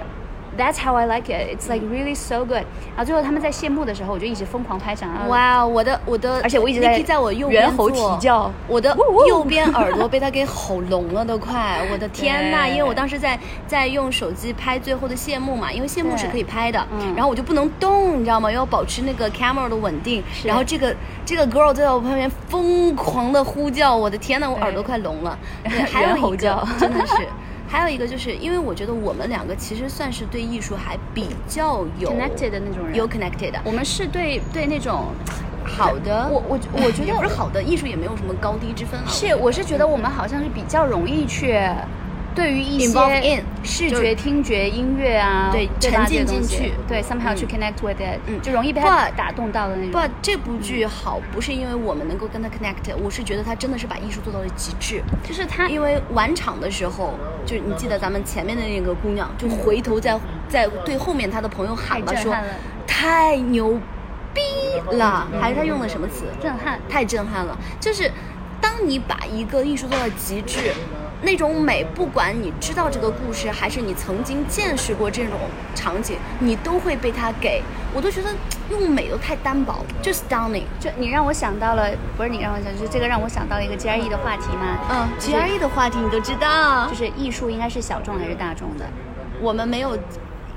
[SPEAKER 1] that's how I like it. It's like really so good. 然后最后他们在谢幕的时候，我就一直疯狂拍掌。然后
[SPEAKER 2] 哇，我的我的，
[SPEAKER 1] 嗯而且我一直
[SPEAKER 2] Nicky
[SPEAKER 1] 在
[SPEAKER 2] 在我右边
[SPEAKER 1] 猿猴啼
[SPEAKER 2] 坐
[SPEAKER 1] 叫
[SPEAKER 2] 我的
[SPEAKER 1] 呜呜
[SPEAKER 2] 右边耳朵被他给吼聋了，都快！我的天呐，
[SPEAKER 1] 对
[SPEAKER 2] 因为我当时在在用手机拍最后的谢幕嘛，因为谢幕
[SPEAKER 1] 对
[SPEAKER 2] 是可以拍的，
[SPEAKER 1] 嗯
[SPEAKER 2] 然后我就不能动，你知道吗？要保持那个 camera 的稳定。
[SPEAKER 1] 是
[SPEAKER 2] 然后这个这个 girl 就在我旁边疯狂的呼叫，我的天呐，我
[SPEAKER 1] 对
[SPEAKER 2] 耳朵快聋了。 对，
[SPEAKER 1] 猿
[SPEAKER 2] 还有一
[SPEAKER 1] 猴
[SPEAKER 2] 个
[SPEAKER 1] 叫
[SPEAKER 2] 真的是。还有一个就是因为我觉得我们两个其实算是对艺术还比较有
[SPEAKER 1] Connected 的那种人
[SPEAKER 2] 有 connected 的。
[SPEAKER 1] 我们是对对那种
[SPEAKER 2] 好的，
[SPEAKER 1] 我我我觉得
[SPEAKER 2] 也不是好的，艺术也没有什么高低之分啊。
[SPEAKER 1] 是，我是觉得我们好像是比较容易去，对于一
[SPEAKER 2] Involve
[SPEAKER 1] 些
[SPEAKER 2] in，
[SPEAKER 1] 视
[SPEAKER 2] 就是
[SPEAKER 1] 觉、听觉、音乐啊，
[SPEAKER 2] 对
[SPEAKER 1] 吧
[SPEAKER 2] 沉浸
[SPEAKER 1] 这些东
[SPEAKER 2] 进
[SPEAKER 1] 西
[SPEAKER 2] 去
[SPEAKER 1] 对，somehow
[SPEAKER 2] 嗯
[SPEAKER 1] 去 connect with it，
[SPEAKER 2] 嗯
[SPEAKER 1] 就容易被它
[SPEAKER 2] But-
[SPEAKER 1] 打动到的那
[SPEAKER 2] 不
[SPEAKER 1] 种。，
[SPEAKER 2] 这部剧好不是因为我们能够跟他 connect，我是觉得他真的是把艺术做到了极致。
[SPEAKER 1] 就是它，
[SPEAKER 2] 因为晚场的时候，就是你记得咱们前面的那个姑娘，就回头在在对后面她的朋友喊
[SPEAKER 1] 太
[SPEAKER 2] 了
[SPEAKER 1] 震
[SPEAKER 2] 说
[SPEAKER 1] 撼了，
[SPEAKER 2] 太牛逼了，还是她用的什么词？
[SPEAKER 1] 震撼
[SPEAKER 2] 太震撼了！就是当你把一个艺术做到极致，那种美，不管你知道这个故事，还是你曾经见识过这种场景，你都会被它给，我都觉得用美都太单薄，就 stunning。
[SPEAKER 1] 就你让我想到了，不是你让我想，就是这个让我想到一个 GRE 的话题嘛，
[SPEAKER 2] 嗯，GRE 的话题你都知道，
[SPEAKER 1] 就是艺术应该是小众还是大众的？
[SPEAKER 2] 我们没有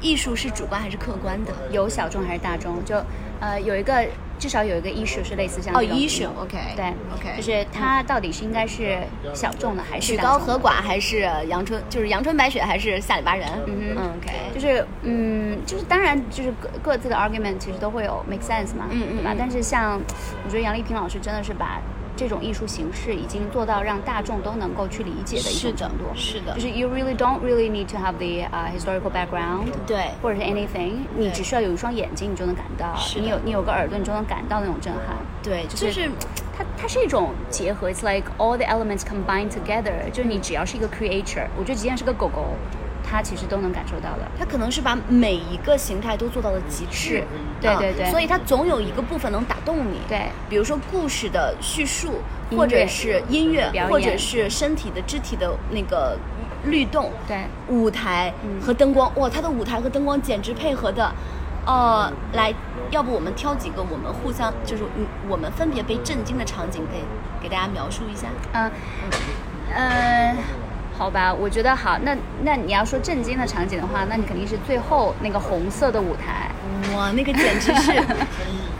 [SPEAKER 2] 艺术是主观还是客观的。
[SPEAKER 1] 有小众还是大众？就呃有一个至少有一个 issue 是类似像
[SPEAKER 2] 哦
[SPEAKER 1] 这种题
[SPEAKER 2] ，issue
[SPEAKER 1] 目
[SPEAKER 2] OK
[SPEAKER 1] 对
[SPEAKER 2] OK
[SPEAKER 1] 就是它到底是应该是小众的还是
[SPEAKER 2] 曲
[SPEAKER 1] 大
[SPEAKER 2] 高
[SPEAKER 1] 众
[SPEAKER 2] 和
[SPEAKER 1] 的
[SPEAKER 2] 寡还是阳春，就是阳春白雪还是下里巴人？
[SPEAKER 1] 嗯哼
[SPEAKER 2] 嗯，OK，
[SPEAKER 1] 就是嗯，就是当然就是各各自的 argument 其实都会有 make sense 嘛，
[SPEAKER 2] 嗯嗯
[SPEAKER 1] 对吧
[SPEAKER 2] 嗯？
[SPEAKER 1] 但是像我觉得杨丽萍老师真的是把这种艺术形式已经做到让大众都能够去理解的一种
[SPEAKER 2] 是的
[SPEAKER 1] 程度，
[SPEAKER 2] 是的
[SPEAKER 1] 就是 you really don't really need to have the、uh, historical background。
[SPEAKER 2] 对，
[SPEAKER 1] 或者是 anything，你只需要有一双眼睛，你就能感到；
[SPEAKER 2] 是的
[SPEAKER 1] 你有你有个耳朵，你就能感到那种震撼。
[SPEAKER 2] 对，
[SPEAKER 1] 就
[SPEAKER 2] 就是是
[SPEAKER 1] 它它是一种结合，it's like all the elements combined together。就是你只要是一个 creature，我觉得即便是个狗狗，它其实都能感受到的。
[SPEAKER 2] 他可能是把每一个形态都做到了极致，
[SPEAKER 1] 对
[SPEAKER 2] 啊
[SPEAKER 1] 对对
[SPEAKER 2] 所以他总有一个部分能打动你，
[SPEAKER 1] 对，
[SPEAKER 2] 比如说故事的叙述，
[SPEAKER 1] 音乐
[SPEAKER 2] 或者是音乐
[SPEAKER 1] 表，演
[SPEAKER 2] 或者是身体的肢体的那个律动，
[SPEAKER 1] 对，嗯
[SPEAKER 2] 舞台和灯光，哇，他的舞台和灯光简直配合的，呃，来，要不我们挑几个我们互相就是嗯我们分别被震惊的场景给给大家描述一下，
[SPEAKER 1] 嗯，呃，好吧，我觉得好。那那你要说震惊的场景的话，那你肯定是最后那个红色的舞台。
[SPEAKER 2] 哇，那个简直 是，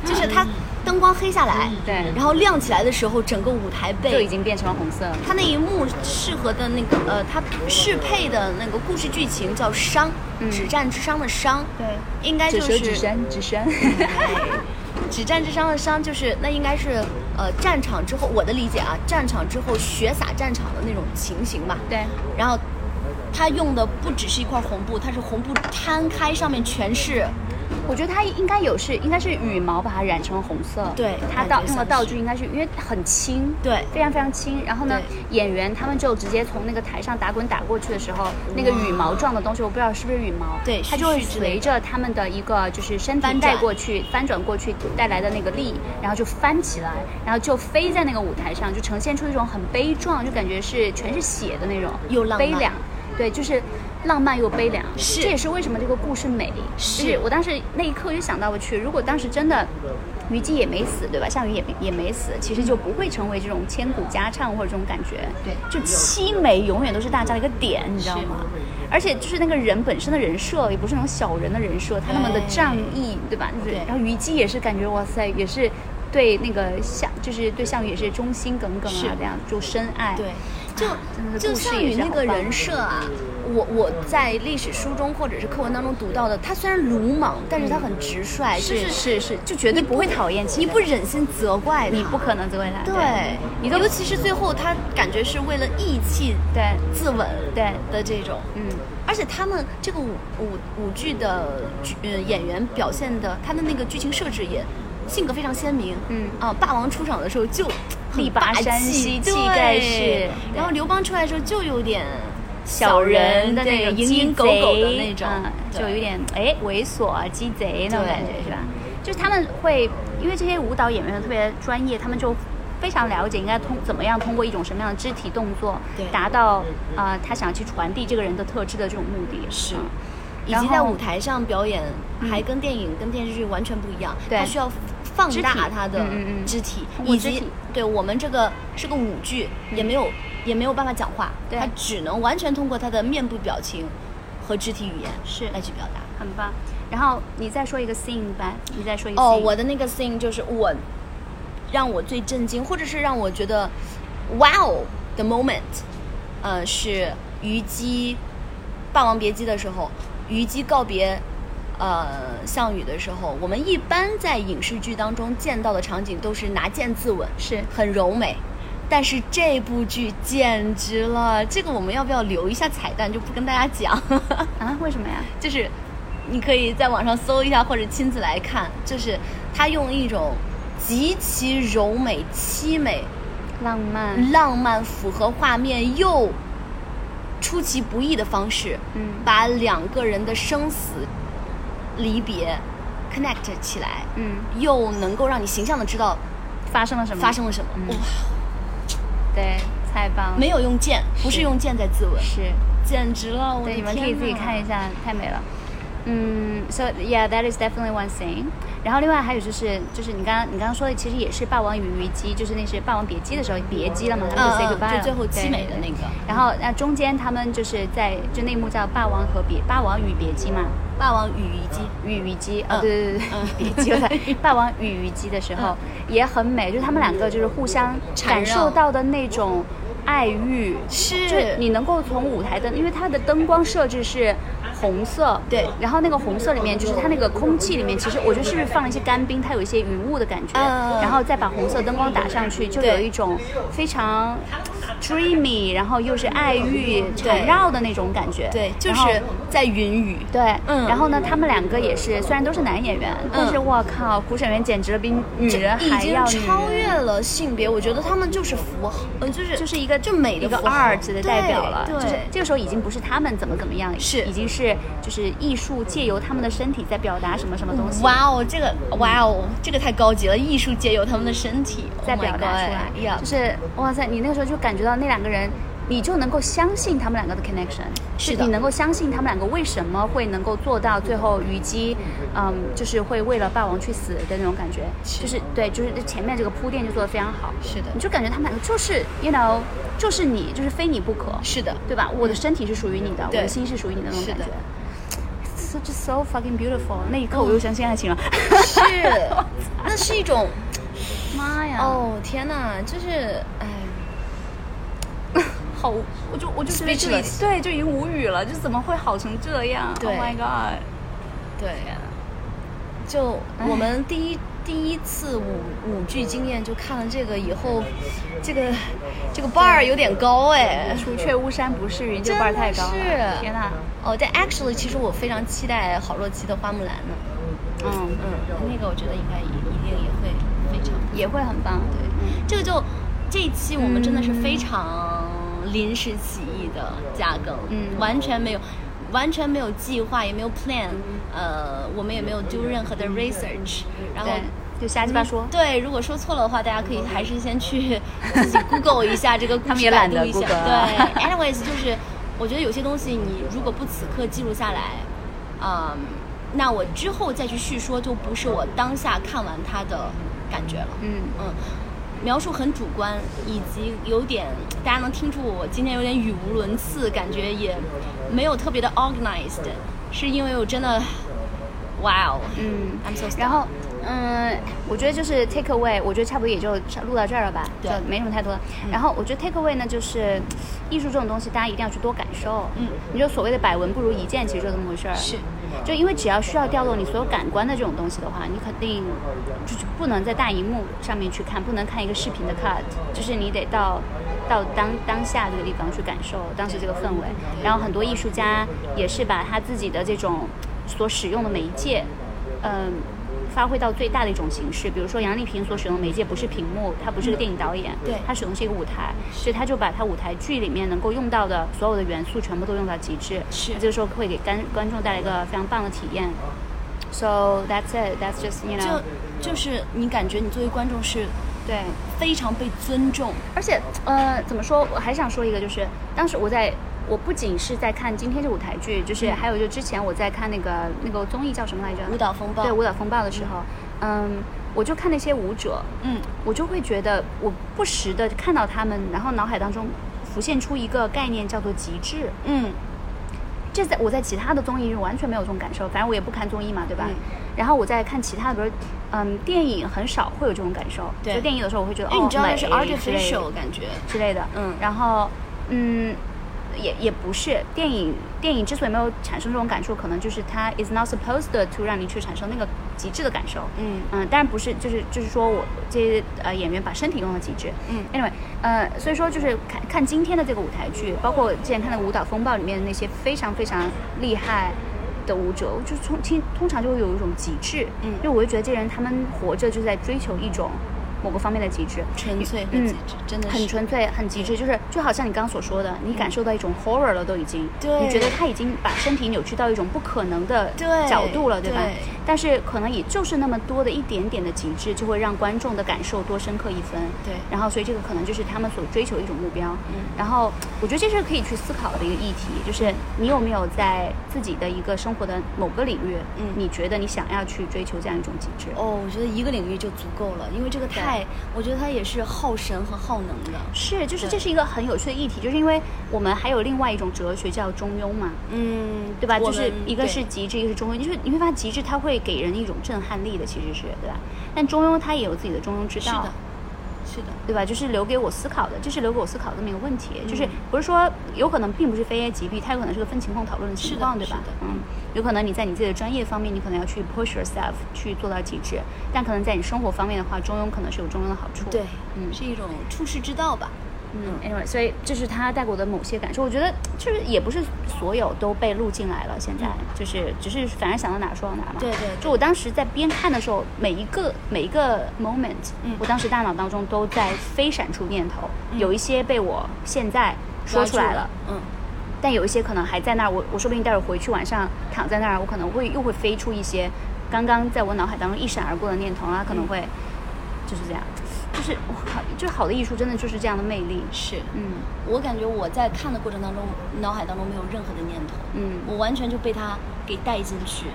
[SPEAKER 2] 就是它灯光黑下来，
[SPEAKER 1] 对
[SPEAKER 2] 然后亮起来的时候，整个舞台
[SPEAKER 1] 就已
[SPEAKER 2] 被
[SPEAKER 1] 经变成了红色了。
[SPEAKER 2] 它那一幕适合的那个呃，它适配的那个故事剧情叫“伤”，
[SPEAKER 1] 嗯
[SPEAKER 2] 止战之殇的“殇”，
[SPEAKER 1] 对，
[SPEAKER 2] 应该就
[SPEAKER 1] 只
[SPEAKER 2] 是
[SPEAKER 1] 手只伸，只 伸。
[SPEAKER 2] 止战之殇的“殇”就是那应该是呃战场之后，我的理解啊，战场之后血洒战场的那种情形吧。
[SPEAKER 1] 对，
[SPEAKER 2] 然后它用的不只是一块红布，它是红布摊开，上面全是
[SPEAKER 1] 我觉得它应该有是应该是羽毛把它染成红色。
[SPEAKER 2] 对
[SPEAKER 1] 它
[SPEAKER 2] 感
[SPEAKER 1] 道用
[SPEAKER 2] 觉
[SPEAKER 1] 的
[SPEAKER 2] 像
[SPEAKER 1] 道
[SPEAKER 2] 是
[SPEAKER 1] 具应该是因为很轻。
[SPEAKER 2] 对
[SPEAKER 1] 非常非常轻，然后呢，演员他们就直接从那个台上打滚打过去的时候，那个羽毛状的东西，我不知道是不是羽毛，
[SPEAKER 2] 对
[SPEAKER 1] 它就会
[SPEAKER 2] 须须之类
[SPEAKER 1] 随
[SPEAKER 2] 的
[SPEAKER 1] 着他们的一个就是身体
[SPEAKER 2] 翻
[SPEAKER 1] 带
[SPEAKER 2] 转
[SPEAKER 1] 过去、翻转过去带来的那个力，然后就翻起来，然后就飞在那个舞台上，就呈现出一种很悲壮，就感觉是全是血的那种，
[SPEAKER 2] 又浪漫
[SPEAKER 1] 悲凉，对，就是浪漫又悲凉，
[SPEAKER 2] 是
[SPEAKER 1] 这也是为什么这个故事美，
[SPEAKER 2] 是
[SPEAKER 1] 就是我当时那一刻我就想到，我去，如果当时真的虞姬也没死，对吧？项羽也没也没死，其实就不会成为这种千古佳唱或者这种感觉。
[SPEAKER 2] 对
[SPEAKER 1] 就凄美永远都是大家的一个点，你知道吗？而且就是那个人本身的人设，也不是那种小人的人设，他那么的
[SPEAKER 2] 对
[SPEAKER 1] 仗义，对吧？就是
[SPEAKER 2] 对
[SPEAKER 1] 然后虞姬也是感觉哇塞，也是对那个项，就是对项羽也是忠心耿耿
[SPEAKER 2] 是
[SPEAKER 1] 啊，这样就深爱。
[SPEAKER 2] 对，
[SPEAKER 1] 啊真
[SPEAKER 2] 就
[SPEAKER 1] 的是嗯故
[SPEAKER 2] 就
[SPEAKER 1] 事
[SPEAKER 2] 项
[SPEAKER 1] 也
[SPEAKER 2] 羽
[SPEAKER 1] 是
[SPEAKER 2] 那
[SPEAKER 1] 好
[SPEAKER 2] 个
[SPEAKER 1] 棒
[SPEAKER 2] 人设啊，我我在历史书中或者是课文当中读到的，他虽然鲁莽，但是他很直率，就是
[SPEAKER 1] 嗯是是，就
[SPEAKER 2] 绝
[SPEAKER 1] 绝对不会讨厌
[SPEAKER 2] 你
[SPEAKER 1] 其
[SPEAKER 2] 不
[SPEAKER 1] 人，
[SPEAKER 2] 忍心责怪他，
[SPEAKER 1] 你不可能责怪他。
[SPEAKER 2] 对，
[SPEAKER 1] 你都
[SPEAKER 2] 尤其是最后他感觉是为了义气
[SPEAKER 1] 对，
[SPEAKER 2] 自刎
[SPEAKER 1] 对
[SPEAKER 2] 的这种，
[SPEAKER 1] 嗯，
[SPEAKER 2] 而且他们这个舞舞舞剧的剧呃演员表现的，他的那个剧情设置也性格非常鲜明。
[SPEAKER 1] 嗯
[SPEAKER 2] 啊，霸王出场的时候就很
[SPEAKER 1] 力拔山兮
[SPEAKER 2] 气
[SPEAKER 1] 气盖世
[SPEAKER 2] 对
[SPEAKER 1] 对
[SPEAKER 2] 然后刘邦出来的时候就有点
[SPEAKER 1] 小人的
[SPEAKER 2] 对
[SPEAKER 1] 那个
[SPEAKER 2] 蝇营狗狗的那种，
[SPEAKER 1] 嗯
[SPEAKER 2] 对
[SPEAKER 1] 就有点哎猥琐啊、鸡贼那种
[SPEAKER 2] 对
[SPEAKER 1] 感觉，是吧？就是他们会，因为这些舞蹈演员特别专业，他们就非常了解应该通怎么样通过一种什么样的肢体动作
[SPEAKER 2] 对，
[SPEAKER 1] 达到啊、呃他想去传递这个人的特质的这种目的。
[SPEAKER 2] 是
[SPEAKER 1] 嗯
[SPEAKER 2] 以
[SPEAKER 1] 然
[SPEAKER 2] 及在
[SPEAKER 1] 后
[SPEAKER 2] 舞台上表演，
[SPEAKER 1] 嗯
[SPEAKER 2] 还跟电影、跟电视剧完全不一样。
[SPEAKER 1] 对
[SPEAKER 2] 它需要放
[SPEAKER 1] 肢体
[SPEAKER 2] 大它的
[SPEAKER 1] 嗯嗯嗯
[SPEAKER 2] 肢体，
[SPEAKER 1] 通过
[SPEAKER 2] 以
[SPEAKER 1] 肢
[SPEAKER 2] 及
[SPEAKER 1] 体嗯
[SPEAKER 2] 对我们这个是个舞剧，也没有也没有办法讲话，
[SPEAKER 1] 对
[SPEAKER 2] 它只能完全通过他的面部表情和肢体语言
[SPEAKER 1] 是
[SPEAKER 2] 来去表达。
[SPEAKER 1] 很棒。然后你再说一个 sing 吧，你再说一个 sing。
[SPEAKER 2] 哦，我的那个 thing 就是我让我最震惊，或者是让我觉得 wow 的 moment，呃，是虞姬《霸王别姬》的时候，虞姬告别呃项羽的时候，我们一般在影视剧当中见到的场景都是拿剑自刎，
[SPEAKER 1] 是
[SPEAKER 2] 很柔美。但是这部剧简直了，这个我们要不要留一下彩蛋，就不跟大家讲。
[SPEAKER 1] 啊，为什么呀？
[SPEAKER 2] 就是你可以在网上搜一下，或者亲自来看，就是他用一种极其柔美、凄美、
[SPEAKER 1] 浪漫，
[SPEAKER 2] 浪漫、符合画面又出其不意的方式，
[SPEAKER 1] 嗯
[SPEAKER 2] 把两个人的生死离别 connect 起来，
[SPEAKER 1] 嗯，
[SPEAKER 2] 又能够让你形象的知道
[SPEAKER 1] 发生了什么？
[SPEAKER 2] 发生了什么。哇，
[SPEAKER 1] 对，太棒了。
[SPEAKER 2] 没有用剑，不是
[SPEAKER 1] 是
[SPEAKER 2] 用剑在自刎，
[SPEAKER 1] 是。
[SPEAKER 2] 简直了！我的
[SPEAKER 1] 对，你们可
[SPEAKER 2] 天
[SPEAKER 1] 以自己
[SPEAKER 2] 呐
[SPEAKER 1] 看一下，太美了。嗯，so yeah, that is definitely one thing。然后另外还有就是，就是你刚刚你刚刚说的，其实也是《霸王与虞姬》，就是那是《霸王别姬》的时候，别姬了嘛，他们就 say
[SPEAKER 2] 嗯
[SPEAKER 1] goodbye
[SPEAKER 2] 嗯，
[SPEAKER 1] 了，
[SPEAKER 2] 就最后
[SPEAKER 1] 对
[SPEAKER 2] 凄美的那。
[SPEAKER 1] 对
[SPEAKER 2] 个
[SPEAKER 1] 对然后那中间他们就是在就那一幕叫《霸王和别霸王与别姬》嘛，
[SPEAKER 2] 《霸王与虞姬》。
[SPEAKER 1] 与虞姬
[SPEAKER 2] 嗯
[SPEAKER 1] 啊，对对对对，
[SPEAKER 2] 嗯
[SPEAKER 1] 别姬了，霸王与虞姬的时候也很美，就是他们两个就是互相
[SPEAKER 2] 缠
[SPEAKER 1] 感受
[SPEAKER 2] 绕
[SPEAKER 1] 到的那种爱欲，
[SPEAKER 2] 是
[SPEAKER 1] 就是你能够从舞台的，因为它的灯光设置是红色，
[SPEAKER 2] 对
[SPEAKER 1] 然后那个红色里面就是它那个空气里面，其实我觉得是不是放了一些干冰，它有一些云雾的感觉，
[SPEAKER 2] 嗯
[SPEAKER 1] 然后再把红色灯光打上去，就
[SPEAKER 2] 对
[SPEAKER 1] 有一种非常 dreamy，然后又是爱欲缠绕的那种感觉，
[SPEAKER 2] 对，就
[SPEAKER 1] 然后
[SPEAKER 2] 是在云雨。
[SPEAKER 1] 对，
[SPEAKER 2] 嗯
[SPEAKER 1] 然后呢，他们两个也是，虽然都是男演员，但是我靠，胡沈源简直了比女人
[SPEAKER 2] 已
[SPEAKER 1] 还
[SPEAKER 2] 经
[SPEAKER 1] 要女人
[SPEAKER 2] 超越了性别，我觉得他们就是符号，呃，就是
[SPEAKER 1] 就是一个
[SPEAKER 2] 就美的
[SPEAKER 1] 一个
[SPEAKER 2] 符号
[SPEAKER 1] art 的代表
[SPEAKER 2] 对
[SPEAKER 1] 了，
[SPEAKER 2] 对
[SPEAKER 1] 就是这个时候已经不是他们怎么怎么样，
[SPEAKER 2] 是
[SPEAKER 1] 已经是就是艺术借由他们的身体在表达什么什么东西，
[SPEAKER 2] 哇哦，这个哇哦，这个太高级了，艺术借由他们的身体 Oh
[SPEAKER 1] 在表达出来
[SPEAKER 2] y
[SPEAKER 1] 就
[SPEAKER 2] 就是
[SPEAKER 1] 是哇塞，你那个时候就感觉到那两个人。你就能够相信他们两个的 connection，
[SPEAKER 2] 是
[SPEAKER 1] 就
[SPEAKER 2] 的
[SPEAKER 1] 你能够相信他们两个为什么会能够做到最后虞姬，嗯，就是会为了霸王去死的那种感觉，
[SPEAKER 2] 是
[SPEAKER 1] 就是对，就是前面这个铺垫就做得非常好，
[SPEAKER 2] 是的
[SPEAKER 1] 你就感觉他们两个就是，you know，就是你，就是非你不可，
[SPEAKER 2] 是的，
[SPEAKER 1] 对吧？我的身体是属于你的，我
[SPEAKER 2] 对
[SPEAKER 1] 的嗯心是属于你的那哦种
[SPEAKER 2] 是
[SPEAKER 1] 感
[SPEAKER 2] 的
[SPEAKER 1] 觉。Such so fucking beautiful！那一刻我又相信爱情了。
[SPEAKER 2] 是，那是一 种
[SPEAKER 1] 妈呀！，
[SPEAKER 2] 哦天哪，就是哎，
[SPEAKER 1] 好，我就我就觉得就已
[SPEAKER 2] Speechless
[SPEAKER 1] 对，就已经无语了，就怎么会好成这样
[SPEAKER 2] 对
[SPEAKER 1] ？Oh my god！
[SPEAKER 2] 对，就我们第一第一次舞舞剧经验，就看了这个以后，这个这个 bar 有点高哎，
[SPEAKER 1] 除却巫山不是云，这
[SPEAKER 2] 真
[SPEAKER 1] 个 bar
[SPEAKER 2] 的
[SPEAKER 1] 太高了。
[SPEAKER 2] 是
[SPEAKER 1] 天哪！
[SPEAKER 2] 哦，但 actually，其实我非常期待郝若琪的《花木兰》呢。
[SPEAKER 1] 嗯，
[SPEAKER 2] 嗯，那个我觉得应该一一定也会非常。
[SPEAKER 1] 也会很棒。对，
[SPEAKER 2] 这个就这一期我们真的是
[SPEAKER 1] 嗯
[SPEAKER 2] 非常临时起意的加更，
[SPEAKER 1] 嗯
[SPEAKER 2] 完全没有。完全没有计划，也没有 plan，呃，
[SPEAKER 1] 嗯
[SPEAKER 2] 我们也没有 do 任何的 research，然后
[SPEAKER 1] 对，就瞎鸡巴说。
[SPEAKER 2] 对，如果说错了的话，大家可以还是先 去自己 Google 一下这个故事，
[SPEAKER 1] 他们也懒得
[SPEAKER 2] 百度一下。
[SPEAKER 1] Google 啊
[SPEAKER 2] 对，anyways，就是我觉得有些东西你如果不此刻记录下来，嗯，那我之后再去叙说，就不是我当下看完它的感觉了。
[SPEAKER 1] 嗯，
[SPEAKER 2] 嗯，描述很主观，以及有点大家能听出我今天有点语无伦次，感觉也没有特别的 organized，是因为我真的，wow，
[SPEAKER 1] 嗯
[SPEAKER 2] ，I'm so sorry。
[SPEAKER 1] 然后，嗯，我觉得就是 take away，我觉得差不多也就差录到这儿了吧，就
[SPEAKER 2] 对嗯
[SPEAKER 1] 没什么太多了。然后我觉得 take away 呢，就是艺术这种东西，大家一定要去多感受。
[SPEAKER 2] 嗯，
[SPEAKER 1] 你就所谓的百闻不如一见，其实就这么回事儿。
[SPEAKER 2] 是，
[SPEAKER 1] 就因为只要需要调动你所有感官的这种东西的话，你肯定就是不能在大荧幕上面去看，不能看一个视频的 cut，就是你得到到当当下这个地方去感受当时这个氛围。然后很多艺术家也是把他自己的这种所使用的媒介，嗯、发挥到最大的一种形式，比如说杨丽萍所使用的媒介不是屏幕，她不是个电影导演，
[SPEAKER 2] 对
[SPEAKER 1] 她使用的是一个舞台，所以她就把她舞台剧里面能够用到的所有的元素全部都用到极致，
[SPEAKER 2] 是
[SPEAKER 1] 这个时候会给观观众带来一个非常棒的体验。So that's it. That's just you know.
[SPEAKER 2] 就就是你感觉你作为观众是
[SPEAKER 1] 对，
[SPEAKER 2] 非常被尊重，
[SPEAKER 1] 而且呃，怎么说？我还想说一个，就是当时我在，我不仅是在看今天这舞台剧，就是还有就之前我在看那个那个综艺叫什么来着？
[SPEAKER 2] 舞蹈风暴
[SPEAKER 1] 对，嗯舞蹈风暴的时候，嗯，我就看那些舞者，
[SPEAKER 2] 嗯，
[SPEAKER 1] 我就会觉得我不时的看到他们，然后脑海当中浮现出一个概念叫做极致。
[SPEAKER 2] 嗯，
[SPEAKER 1] 这在我在其他的综艺就完全没有这种感受，反正我也不看综艺嘛，对吧？
[SPEAKER 2] 嗯
[SPEAKER 1] 然后我在看其他的，比如嗯电影很少会有这种感受，
[SPEAKER 2] 对
[SPEAKER 1] 就电影有时候我会觉得
[SPEAKER 2] 因为
[SPEAKER 1] 哦
[SPEAKER 2] 你知道
[SPEAKER 1] 美
[SPEAKER 2] 那是
[SPEAKER 1] 之类的
[SPEAKER 2] artificial 感觉，
[SPEAKER 1] 之类的，
[SPEAKER 2] 嗯
[SPEAKER 1] 然后嗯也也不是电影电影之所以没有产生这种感受，可能就是它 is not supposed to 让你去产生那个极致的感受，
[SPEAKER 2] 嗯
[SPEAKER 1] 嗯，当然不是，就是就是说我这些呃演员把身体用到极致。
[SPEAKER 2] 嗯
[SPEAKER 1] ，anyway，呃，所以说就是看看今天的这个舞台剧，包括之前看的《舞蹈风暴》里面的那些非常非常厉害的舞者，我就从听通常就会有一种极致。
[SPEAKER 2] 嗯
[SPEAKER 1] 因为我会觉得这些人他们活着就是在追求一种某个方面的极致，
[SPEAKER 2] 纯粹和
[SPEAKER 1] 嗯
[SPEAKER 2] 极致，真的是
[SPEAKER 1] 很纯粹、很极致，就是就好像你刚刚所说的，你感受到一种 horror 了，都已经，
[SPEAKER 2] 对
[SPEAKER 1] 你觉得他已经把身体扭曲到一种不可能的
[SPEAKER 2] 对
[SPEAKER 1] 角度了，对吧
[SPEAKER 2] 对？
[SPEAKER 1] 但是可能也就是那么多的一点点的极致，就会让观众的感受多深刻一分。
[SPEAKER 2] 对
[SPEAKER 1] 然后所以这个可能就是他们所追求的一种目标。
[SPEAKER 2] 嗯
[SPEAKER 1] 然后我觉得这是可以去思考的一个议题，就是你有没有在自己的一个生活的某个领域，
[SPEAKER 2] 嗯
[SPEAKER 1] 你觉得你想要去追求这样一种极致？
[SPEAKER 2] 哦，我觉得一个领域就足够了，因为这个太，我觉得它也是耗神和耗能的。
[SPEAKER 1] 是，就是这
[SPEAKER 2] 对
[SPEAKER 1] 是一个很有趣的议题，就是因为我们还有另外一种哲学叫中庸嘛，
[SPEAKER 2] 嗯，
[SPEAKER 1] 对吧？
[SPEAKER 2] 我
[SPEAKER 1] 就是
[SPEAKER 2] 们
[SPEAKER 1] 一个
[SPEAKER 2] 对
[SPEAKER 1] 是极致，一个是中庸。就是你会发现极致它会给人一种震撼力的，其实是对吧？但中庸它也有自己的中庸之
[SPEAKER 2] 是
[SPEAKER 1] 道
[SPEAKER 2] 的，，是的，
[SPEAKER 1] 对吧？就是留给我思考的，就是留给我思考这么一个问题，就是
[SPEAKER 2] 嗯
[SPEAKER 1] 不是说有可能并不是非 A 即 B，它有可能是个分情况讨论的
[SPEAKER 2] 是
[SPEAKER 1] 情
[SPEAKER 2] 的
[SPEAKER 1] 况，对吧
[SPEAKER 2] 是的？
[SPEAKER 1] 嗯，有可能你在你自己的专业方面，你可能要去 push yourself 去做到极致，但可能在你生活方面的话，中庸可能是有中庸的好处。
[SPEAKER 2] 对，
[SPEAKER 1] 嗯，
[SPEAKER 2] 是一种处世之道吧。
[SPEAKER 1] 嗯，anyway，所以这是他带给我的某些感受。我觉得就是也不是所有都被录进来了，现在、就是只是反正想到哪儿说到哪儿嘛。
[SPEAKER 2] 嗯对对对
[SPEAKER 1] 就我当时在边看的时候，每一个每一个 moment，、
[SPEAKER 2] 嗯
[SPEAKER 1] 我当时大脑当中都在飞闪出念头，
[SPEAKER 2] 嗯
[SPEAKER 1] 有一些被我现在说出来了，
[SPEAKER 2] 嗯，
[SPEAKER 1] 但有一些可能还在那儿。我我说不定待会儿回去晚上躺在那儿，我可能会又会飞出一些刚刚在我脑海当中一闪而过的念头啊，可能
[SPEAKER 2] 嗯
[SPEAKER 1] 会、就是这样，就是哇，就是好的艺术真的就是这样的魅力。
[SPEAKER 2] 是。
[SPEAKER 1] 嗯。
[SPEAKER 2] 我感觉我在看的过程当中，脑海当中没有任何的念头，
[SPEAKER 1] 嗯哦
[SPEAKER 2] 我完全就被它给带进去。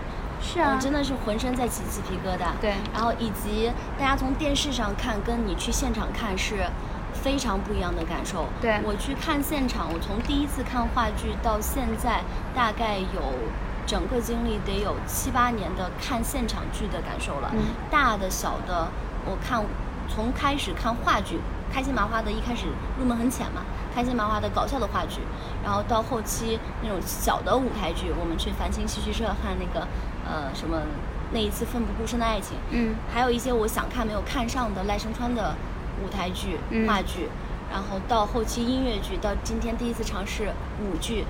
[SPEAKER 1] 是啊
[SPEAKER 2] 我真的是啊浑身在起鸡皮疙瘩。
[SPEAKER 1] 对
[SPEAKER 2] 然后以及大家从电视上看，跟你去现场看是非常不一样的感受。
[SPEAKER 1] 对
[SPEAKER 2] 我去看现场，我从第一次看话剧到现在，大概有整个经历得有七八年的看现场剧的感受了，
[SPEAKER 1] 嗯
[SPEAKER 2] 大的小的，我看从开始看话剧。开心麻花的一开始入门很浅嘛，开心麻花的搞笑的话剧，然后到后期那种小的舞台剧，我们去繁星戏剧社看那个呃什么那一次奋不顾身的爱情，
[SPEAKER 1] 嗯
[SPEAKER 2] 还有一些我想看没有看上的赖声川的舞台剧、
[SPEAKER 1] 嗯
[SPEAKER 2] 话剧，然后到后期音乐剧，到今天第一次尝试舞剧，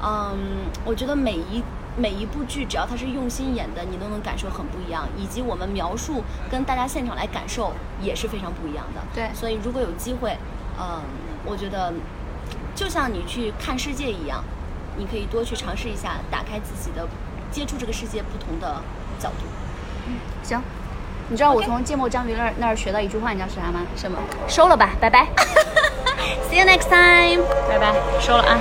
[SPEAKER 2] 嗯，我觉得每一每一部剧只要它是用心演的，你都能感受很不一样，以及我们描述跟大家现场来感受也是非常不一样的。
[SPEAKER 1] 对
[SPEAKER 2] 所以如果有机会，嗯，我觉得就像你去看世界一样，你可以多去尝试一下，打开自己的，接触这个世界不同的角度。
[SPEAKER 1] 行。你知道我从芥末章鱼那儿那儿学到一句话，你知道是啥吗？
[SPEAKER 2] 什么？
[SPEAKER 1] 收了吧，拜拜。See you next time，拜拜，收了啊。